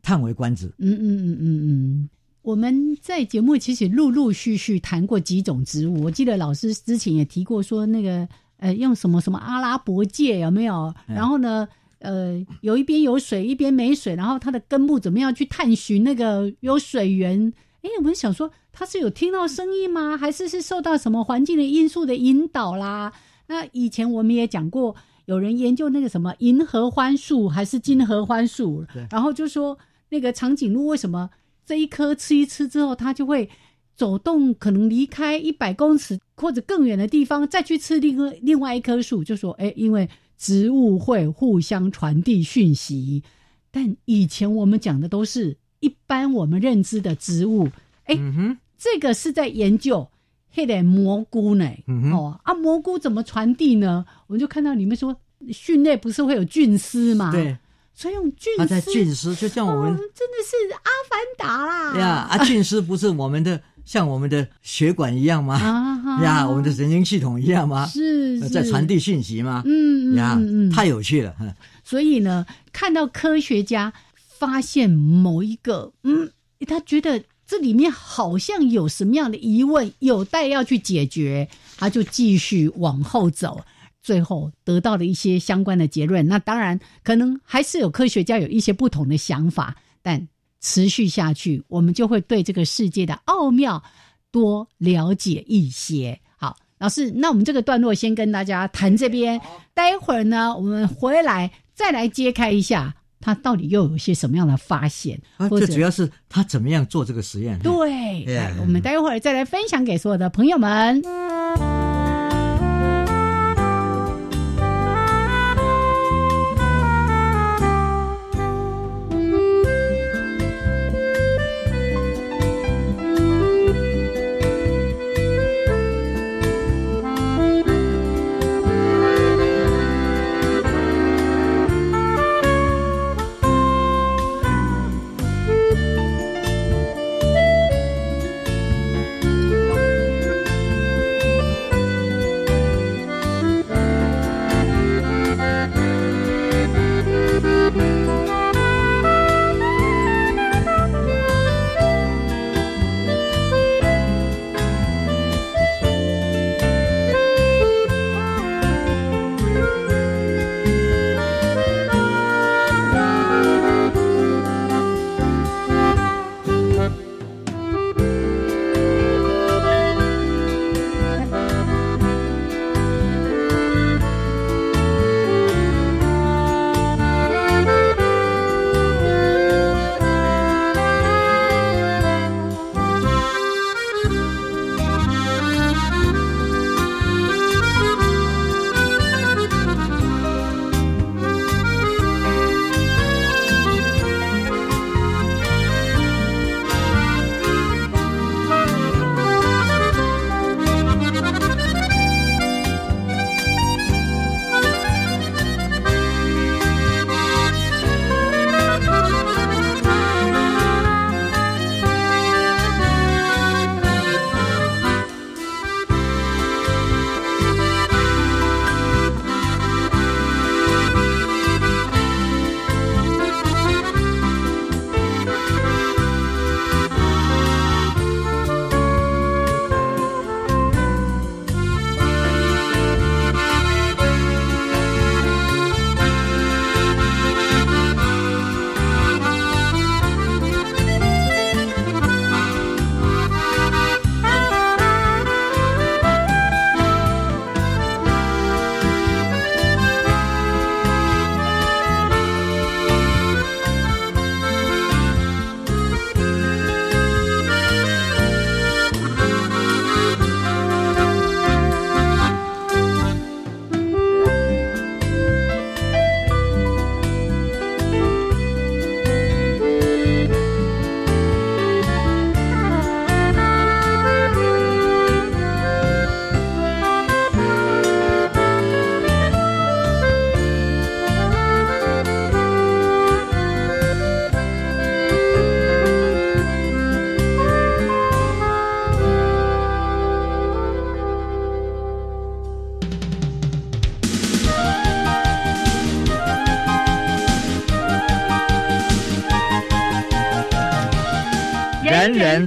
S1: 叹为观止。
S2: 嗯嗯嗯嗯嗯。我们在节目其实陆陆续续谈过几种植物，我记得老师之前也提过说那个呃用什么什么阿拉伯芥有没有？
S1: 嗯
S2: 然后呢，呃有一边有水，一边没水，然后它的根部怎么样去探寻那个有水源？哎，我们想说它是有听到声音吗？还是是受到什么环境的因素的引导啦？那以前我们也讲过，有人研究那个什么银合欢树还是金合欢树
S1: 对，
S2: 然后就说那个长颈鹿为什么这一颗吃一吃之后，它就会走动，可能离开一百公尺或者更远的地方，再去吃另外另外一棵树，就说哎，因为植物会互相传递讯息。但以前我们讲的都是一般我们认知的植物，哎、
S1: 嗯哼。
S2: 这个是在研究黑的蘑菇呢。
S1: 嗯哼
S2: 哦啊，蘑菇怎么传递呢？我们就看到里面说菌类不是会有菌丝嘛？，
S1: 对，
S2: 所以用菌丝。
S1: 他在菌丝，就像我
S2: 哦
S1: 们、
S2: 真的是阿凡达啦！
S1: 呀，啊，菌丝不是我们的像我们的血管一样吗？
S2: 啊
S1: 呀，我们的神经系统一样吗？
S2: 是
S1: 呃
S2: 是
S1: 在传，递讯息吗？
S2: 嗯嗯
S1: 呀
S2: 嗯，嗯，
S1: 太有趣了，哼
S2: 所以呢，看到科学家发现某一个，嗯，他觉得这里面好像有什么样的疑问有待要去解决，他就继续往后走，最后得到了一些相关的结论。那当然，可能还是有科学家有一些不同的想法，但持续下去，我们就会对这个世界的奥妙多了解一些。好，老师，那我们这个段落先跟大家谈这边，待会儿呢，我们回来再来揭开一下。他到底又有一些什么样的发现？
S1: 啊，
S2: 或
S1: 最
S2: 者
S1: 主要是他怎么样做这个实验。
S2: 对，
S1: Yeah
S2: 来，我们待会儿再来分享给所有的朋友们。
S1: 人人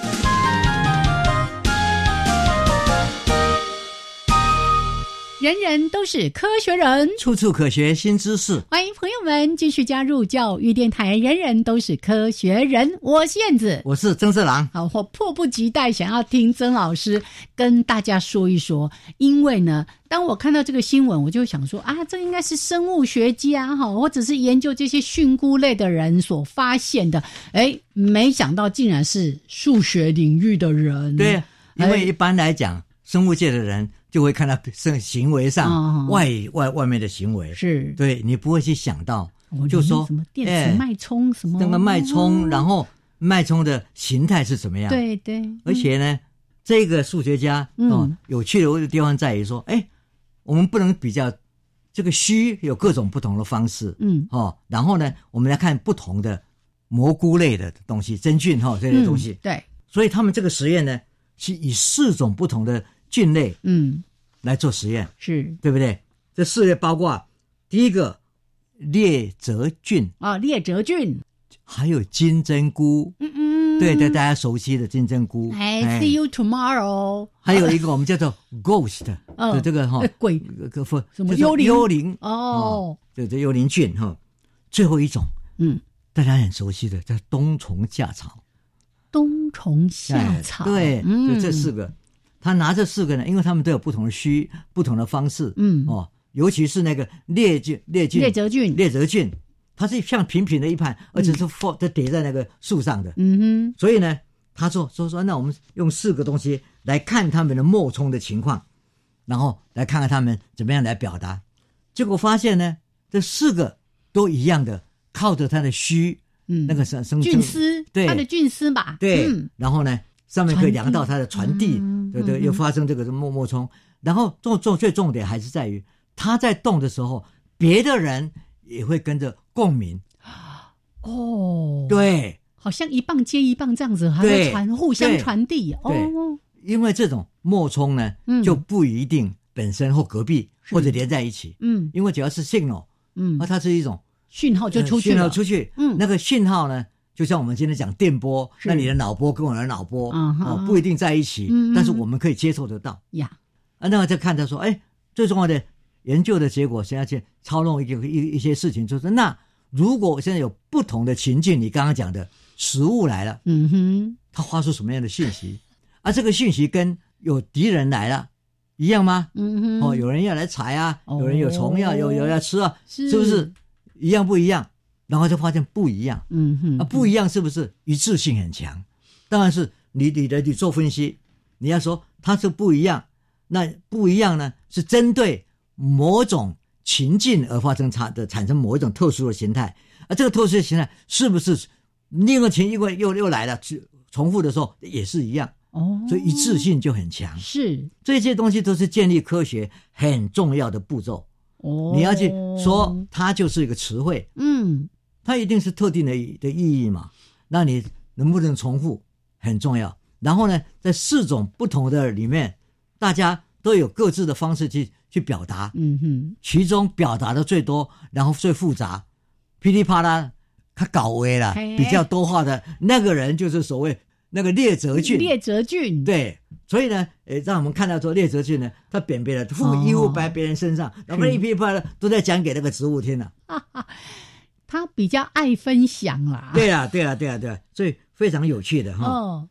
S2: 人人都是科学人。
S1: 处处可学新知识。
S2: 欢迎朋友们继续加入教育电台，人人都是科学人，我是燕子。
S1: 我是曾志郎，
S2: 好，我迫不及待想要听曾老师跟大家说一说，因为呢，当我看到这个新闻，我就想说啊，这应该是生物学家哈，或者是研究这些蕈菇类的人所发现的。哎，没想到竟然是数学领域的人。
S1: 对，因
S2: 哎
S1: 为一般来讲，生物界的人就会看到生行为
S2: 哦
S1: 上外外外面的行为，
S2: 是，
S1: 对你不会去想到
S2: 我，
S1: 就说
S2: 什么电
S1: 哎
S2: 子脉冲什么
S1: 那个脉冲，
S2: 后
S1: 然后脉冲的形态是怎么样？，
S2: 对对，
S1: 而且呢，这个数学家哦
S2: 嗯，
S1: 有趣的地方在于说，哎，我们不能比较这个虚有各种不同的方式，
S2: 嗯
S1: 哦，然后呢，我们来看不同的蘑菇类的东西、真菌哈、哦、这类东西
S2: 嗯，对，
S1: 所以他们这个实验呢，是以四种不同的菌类
S2: 嗯
S1: 来做实验，
S2: 是
S1: 对不对？这四类包括第一个列泽菌，
S2: 啊，列哲菌，
S1: 还有金针菇，
S2: 嗯嗯，
S1: 对对，大，家熟悉的金针菇。
S2: 哎，see you tomorrow，
S1: 还有一个我们叫 做 ghost
S2: 嗯
S1: 的 这个哈
S2: 哎，鬼
S1: 呃个不
S2: 什么
S1: 就是
S2: 幽灵
S1: 幽灵啊
S2: 哦，
S1: 对对，幽灵菌哈。最后一种
S2: 嗯，
S1: 大家很熟悉的叫冬虫夏草，
S2: 冬虫夏草，
S1: 哎对，
S2: 嗯
S1: 就这四，个。他拿这四个呢，因为他们都有不同的需、不同的方式，
S2: 嗯
S1: 哦，尤其是那个列菌、列菌、
S2: 列哲菌，
S1: 列泽菌，它是像平平的一盘，而且是放它叠在那个树上的。
S2: 嗯
S1: 所以呢，他说说说，那我们用四个东西来看他们的冒充的情况，然后来看看他们怎么样来表达。结果发现呢，这四个都一样的，靠着它的须
S2: 哼，嗯，
S1: 那个生生
S2: 菌丝，
S1: 对
S2: 它的菌丝吧，
S1: 对，
S2: 嗯
S1: 然后呢，上面可以
S2: 传
S1: 量
S2: 递
S1: 到它的传递，
S2: 嗯
S1: 对对，
S2: 嗯
S1: 又发生这个默默冲。然后重重最重点还是在于他在动的时候，别的人也会跟着共鸣，
S2: 哦，，
S1: 对，
S2: 好像一棒接一棒这样子，还会
S1: 对
S2: 传互相
S1: 对
S2: 传递，哦，
S1: 因为这种默冲呢
S2: 嗯，
S1: 就不一定本身或隔壁
S2: 是
S1: 或者连在一起，
S2: 嗯
S1: 因为只要是 signal，
S2: 嗯
S1: 那，它是一种
S2: 讯号就
S1: 哦呃
S2: 出去
S1: 讯号
S2: 了，
S1: 出去，
S2: 嗯
S1: 那个讯号呢，就像我们今天讲电波，
S2: 是
S1: 那你的脑波跟我的脑波
S2: 嗯哼
S1: 哦不一定在一起
S2: 嗯嗯，
S1: 但是我们可以接受得到。
S2: 呀，
S1: 啊，那么再看他说，哎，最重要的研究的结果，现在去操弄一个一一些事情，就是那如果现在有不同的情境，你刚刚讲的食物来了，
S2: 嗯哼，
S1: 它发出什么样的讯息？啊，这个讯息跟有敌人来了一样吗？
S2: 嗯哼，
S1: 哦，有人要来采啊，有人有虫要有有人要吃啊，
S2: 是
S1: 不是？一样不一样？然后就发现不一样
S2: 嗯哼
S1: 啊，不一样是不是一致性很强？当然是你你的你做分析，你要说它是不一样，那不一样呢是针对某种情境而发生差的产生某一种特殊的形态，而这个特殊的形态是不是另一个情境又又来了，去重复的时候也是一样，
S2: 哦，
S1: 所以一致性就很强。
S2: 是
S1: 这些东西都是建立科学很重要的步骤。
S2: 哦，
S1: 你要去说，它就是一个词汇，
S2: 嗯
S1: 它一定是特定的的意义嘛？那你能不能重复很重要。然后呢，在四种不同的里面，大家都有各自的方式去去表达，
S2: 嗯哼，
S1: 其中表达的最多，然后最复杂，噼里啪啦，他搞歪了，
S2: 嘿
S1: 比较多话的那个人就是所谓那个列哲俊，
S2: 列哲菌，
S1: 对，所以呢，诶，让我们看到说列哲菌呢，它扁扁的，附衣物摆别人身上，然后一噼啪啦都在讲给那个植物听啊了、
S2: 他比较爱分享啦，
S1: 对啊，对啊，对啊，对啊，所以非常有趣的哈。
S2: 哦，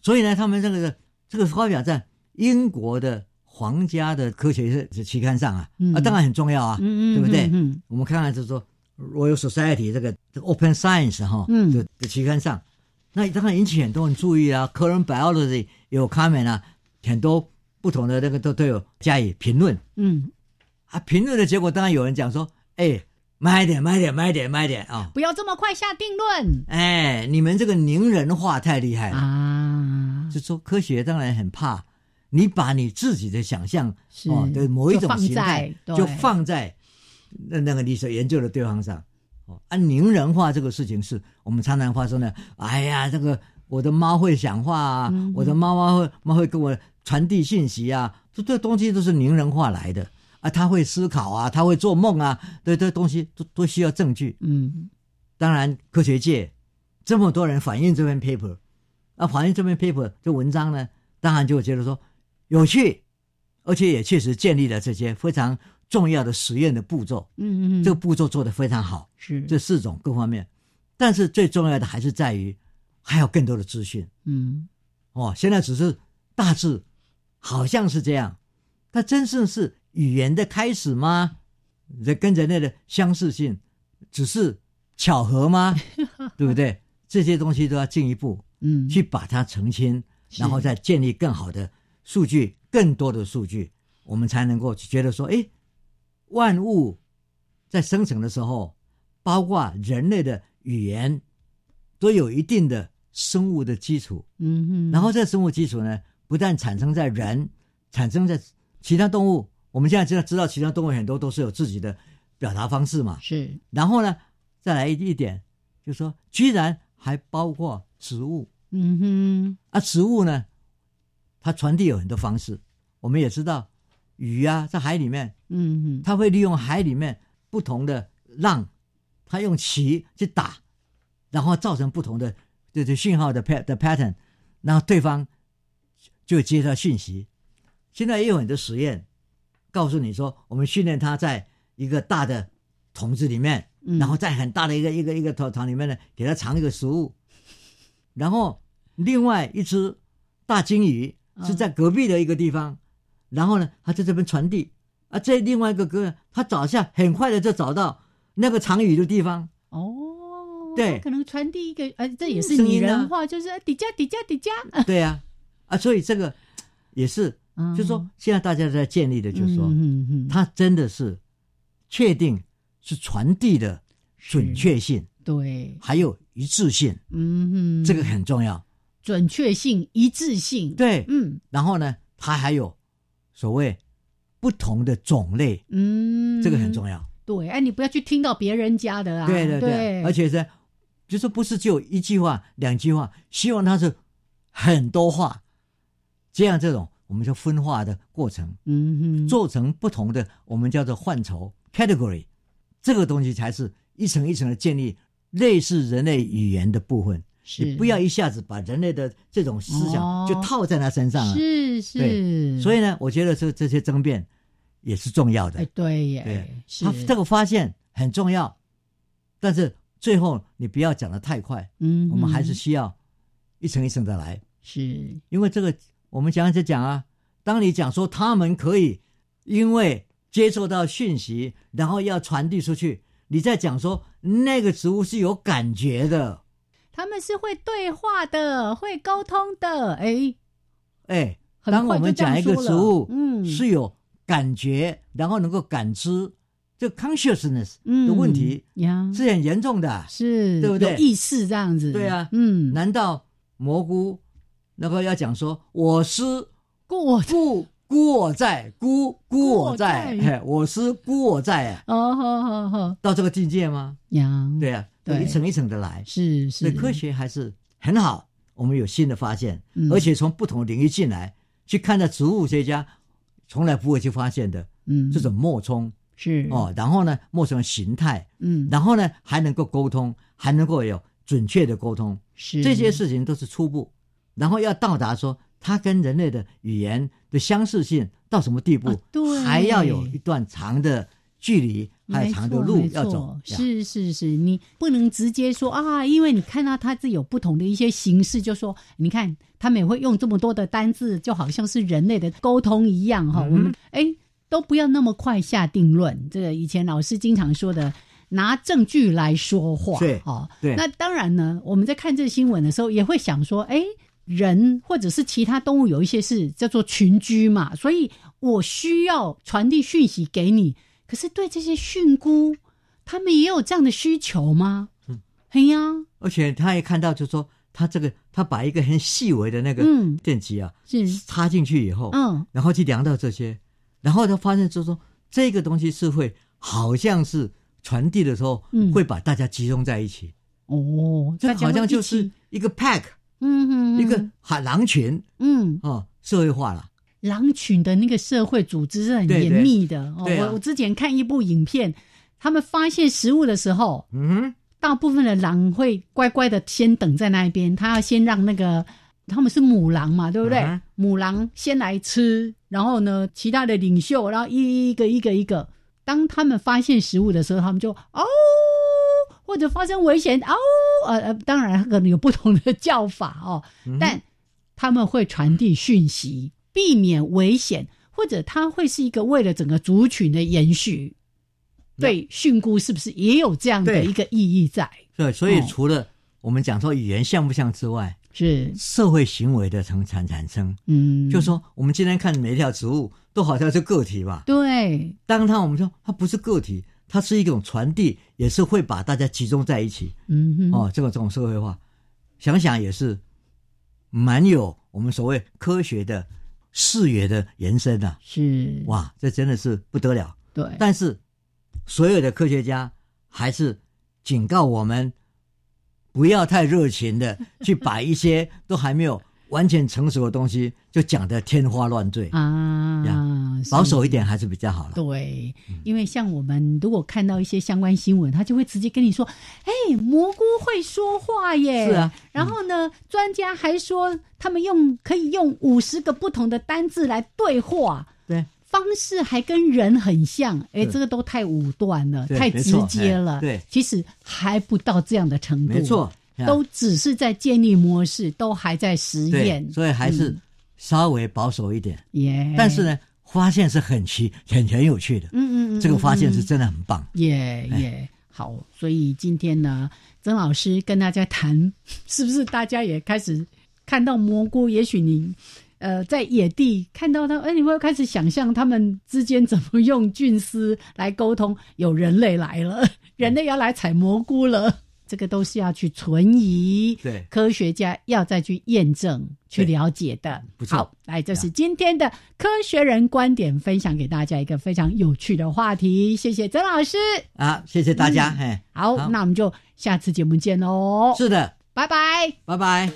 S1: 所以呢，他们这个这个发表在英国的皇家的科学期刊上啊，
S2: 嗯
S1: 啊，当然很重要啊，
S2: 嗯嗯，
S1: 对不对？
S2: 嗯
S1: 我们看看就是说 Royal Society 这个这个 Open Science 哈，
S2: 嗯
S1: 的的期刊上，那当然引起很多人注意啊。Current Biology 有 comment 啊，很多不同的那个都都有加以评论
S2: 嗯，
S1: 啊。评论的结果，当然有人讲说，哎，买点，买点，买点，买点啊、
S2: 不要这么快下定论
S1: 哎，你们这个拟人化太厉害了，
S2: 啊，
S1: 就说科学当然很怕。你把你自己的想象
S2: 是
S1: 哦的某一
S2: 就
S1: 种
S2: 放
S1: 形态
S2: 在对
S1: 就放在那那个你所研究的对方上。哦，啊，拟人化这个事情是我们常常发生的。哎呀，这个我的猫会讲话啊，
S2: 嗯
S1: 我的猫猫会猫会跟我传递信息啊，这这东西都是拟人化来的啊，它会思考啊，它会做梦啊，对，这东西都都需要证据。
S2: 嗯
S1: 当然，科学界这么多人反映这篇 paper，啊，反映这篇 paper 这文章呢，当然就觉得说有趣，而且也确实建立了这些非常重要的实验的步骤。
S2: 嗯嗯，
S1: 这个步骤做得非常好，
S2: 是
S1: 这四种各方面。但是最重要的还是在于还有更多的资讯
S2: 嗯
S1: 哦。现在只是大致好像是这样，它真正是语言的开始吗？人跟人类的相似性只是巧合吗？ 对不对？这些东西都要进一步
S2: 嗯
S1: 去把它澄清，
S2: 是
S1: 然后再建立更好的数据、更多的数据，我们才能够觉得说，哎，万物在生成的时候，包括人类的语言，都有一定的生物的基础。
S2: 嗯嗯，
S1: 然后这生物基础呢，不但产生在人，产生在其他动物。我们现在知道，知道其他动物很多都是有自己的表达方式嘛。
S2: 是
S1: 然后呢，再来一点，就是说，居然还包括植物。
S2: 嗯哼
S1: 啊，植物呢，它传递有很多方式。我们也知道，鱼啊，在海里面，
S2: 嗯哼，
S1: 它会利用海里面不同的浪，他用旗去打，然后造成不同的这这讯号的 pat 的 pattern，然后对方就接到讯息。现在也有很多实验告诉你说，我们训练他在一个大的桶子里面，
S2: 嗯
S1: 然后在很大的一个一个一个桶桶里面呢，给它藏一个食物，然后另外一只大金鱼是在隔壁的一个地方，然后呢，它在这边传递啊，这另外一个哥他找一下，很快的就找到那个藏鱼的地方，
S2: 哦，
S1: 对
S2: 它可能传递一个，呃，这也是
S1: 声
S2: 拟
S1: 音啊
S2: 人化，就是哎底价底价底价，
S1: 对呀、啊，所以这个也是，
S2: 嗯
S1: 就说现在大家都在建立的，就是说，
S2: 嗯嗯嗯，
S1: 它真的是确定是传递的准确性，
S2: 对，
S1: 还有一致性，
S2: 嗯嗯，
S1: 这个很重要。
S2: 准确性、一致性，，
S1: 对，
S2: 嗯
S1: 然后呢，它还有所谓不同的种类，
S2: 嗯，
S1: 这个很重要。
S2: 对，哎，你不要去听到别人家的啊，
S1: 对
S2: 对
S1: 对而且是就说不是只有一句话、两句话，希望它是很多话，这样这种我们就分化的过程。
S2: 嗯哼，
S1: 做成不同的，我们叫做范畴 （category），这个东西才是一层一层的建立类似人类语言的部分。
S2: 是
S1: 你不要一下子把人类的这种思
S2: 哦
S1: 想就套在他身上了。
S2: 是是，
S1: 啊对，所
S2: 以
S1: 以呢，我觉得这这些争辩也是重要的
S2: 哎。，对
S1: 对
S2: 耶，，是
S1: 他这个发现很重要，但是最后你不要讲的太快，
S2: 嗯哼，
S1: 我们还是需要一层一层的来。
S2: 是
S1: 因为这个我们讲就讲啊，当你讲说他们可以因为接受到讯息，然后要传递出去，你在讲说那个植物是有感觉的，
S2: 他们是会对话的，会沟通的，哎，
S1: 哎，
S2: 很
S1: 当我
S2: 快就
S1: 们
S2: 这样
S1: 讲一个
S2: 说
S1: 植
S2: 了
S1: 物，
S2: 嗯
S1: 是有感觉，然后能够感知，这 consciousness
S2: 嗯
S1: 的问题
S2: 呀，
S1: 是很严重的。
S2: 是，
S1: 对不对
S2: 有意识这样子，
S1: 对啊
S2: 嗯，
S1: 难道蘑菇那个要讲说我是
S2: 过我
S1: 故故我在，孤孤我
S2: 孤
S1: 在
S2: 我，在
S1: 嘿我是孤我在啊？
S2: 哦，好好好
S1: 到这个境界吗？
S2: 呀，
S1: 对啊，
S2: 对
S1: 对，一层一层的来。
S2: 是是
S1: 所以科学还是很好，我们有新的发现，
S2: 嗯
S1: 而且从不同领域进来去看到植物学家从来不会去发现的
S2: 嗯
S1: 这种脉冲
S2: 是，
S1: 哦，然后呢，脉冲的形态，
S2: 嗯，
S1: 然后呢还能够沟通，还能够有准确的沟通，
S2: 是
S1: 这些事情都是初步，然后要到达说它跟人类的语言的相似性到什么地步，
S2: 啊对
S1: 还要有一段长的距离，还有长的
S2: 没错
S1: 路
S2: 没
S1: 要走
S2: 错，
S1: 这样
S2: 是是是，你不能直接说啊，因为你看到它这有不同的一些形式，就说你看他们也会用这么多的单字，就好像是人类的沟通一样哈、我们哎都不要那么快下定论，这个以前老师经常说的。拿证据来说话，
S1: 对
S2: 哦，
S1: 对
S2: 那当然呢，我们在看这个新闻的时候，也会想说，哎，人或者是其他动物有一些是叫做群居嘛，所以我需要传递讯息给你。可是对这些训姑，他们也有这样的需求吗？嗯，哎呀，
S1: 而且他也看到，就是说他这个他把一个很细微的那个
S2: 嗯
S1: 电极啊、
S2: 是，
S1: 插进去以后，
S2: 嗯，
S1: 然后去量到这些，然后他发现就是说这个东西是会好像是传递的时候、
S2: 嗯
S1: 会把大家集中在一起，
S2: 哦，
S1: 这
S2: 大家
S1: 好
S2: 会
S1: 像
S2: 一
S1: 就
S2: 起
S1: 是，一个 pack、
S2: 嗯嗯，
S1: 一个海狼群
S2: 嗯，
S1: 哦，社会化了。
S2: 狼群的那个社会组织是很
S1: 对
S2: 严
S1: 对
S2: 密的。
S1: 对
S2: 哦，
S1: 啊
S2: 我我之前看一部影片，他们发现食物的时候，
S1: 嗯，
S2: 大部分的狼会乖乖的先等在那一边，它要先让那个他们是母狼嘛，对不对？
S1: 嗯哼
S2: 母狼先来吃，然后呢，其他的领袖，然后一个一个一个，当他们发现食物的时候，他们就嗷，或者发生危险嗷，呃呃，当然可能有不同的叫法哦，
S1: 嗯
S2: 但他们会传递讯息，避免危险，或者它会是一个为了整个族群的延续。对，训诂是不是也有这样的
S1: 对
S2: 一个意义在？
S1: 对，所以
S2: 哦
S1: 除了我们讲说语言像不像之外，
S2: 是，
S1: 社会行为的产产产生，
S2: 嗯，
S1: 就说我们今天看每一条植物都好像是个体吧，
S2: 对，
S1: 当他我们说它不是个体，它是一种传递，也是会把大家集中在一起
S2: 嗯哼，
S1: 哦。这个这种社会化，想想也是蛮有我们所谓科学的视野的延伸啊。
S2: 是，
S1: 哇，这真的是不得了！
S2: 对，
S1: 但是所有的科学家还是警告我们，不要太热情的去把一些都还没有完全成熟的东西就讲得天花乱坠。
S2: 啊，啊，
S1: 保守一点还是比较好了。
S2: 对，因为像我们如果看到一些相关新闻，他就会直接跟你说：“哎，蘑菇会说话耶！”
S1: 是啊，
S2: 然后呢，专家还说他们用可以用五十个不同的单字来对话，
S1: 对，
S2: 方式还跟人很像。哎，
S1: 对
S2: 这个都太武断了，
S1: 对
S2: 太
S1: 没
S2: 直
S1: 错
S2: 接
S1: 哎
S2: 了。
S1: 对
S2: 其实还不到这样的程度。
S1: 没错，
S2: 都只是在建立模式，都还在实
S1: 对
S2: 验，，嗯
S1: 所以还是稍微保守一点。
S2: 耶。
S1: 但是，呢，发现是很奇很很有趣的，
S2: 嗯嗯嗯，
S1: 这个发现是
S2: 嗯
S1: 真的很棒。
S2: 也
S1: 哎
S2: 也好，所以今天呢，曾老师跟大家谈，是不是大家也开始看到蘑菇？也许你呃在野地看到它，哎，你会开始想象它们之间怎么用菌丝来沟通。有人类来了，人类要来采蘑菇了，这个都是要去存疑。
S1: 对
S2: 科学家要再去验证、去
S1: 对
S2: 了解的。
S1: 嗯不错
S2: 好，来，这是今天的科学人观点，分享给大家一个非常有趣的话题。谢谢曾老师。
S1: 啊，谢谢大
S2: 嗯
S1: 家，哎，
S2: 好，那我们就下次节目见喽。
S1: 是的，
S2: 拜拜。
S1: 拜拜。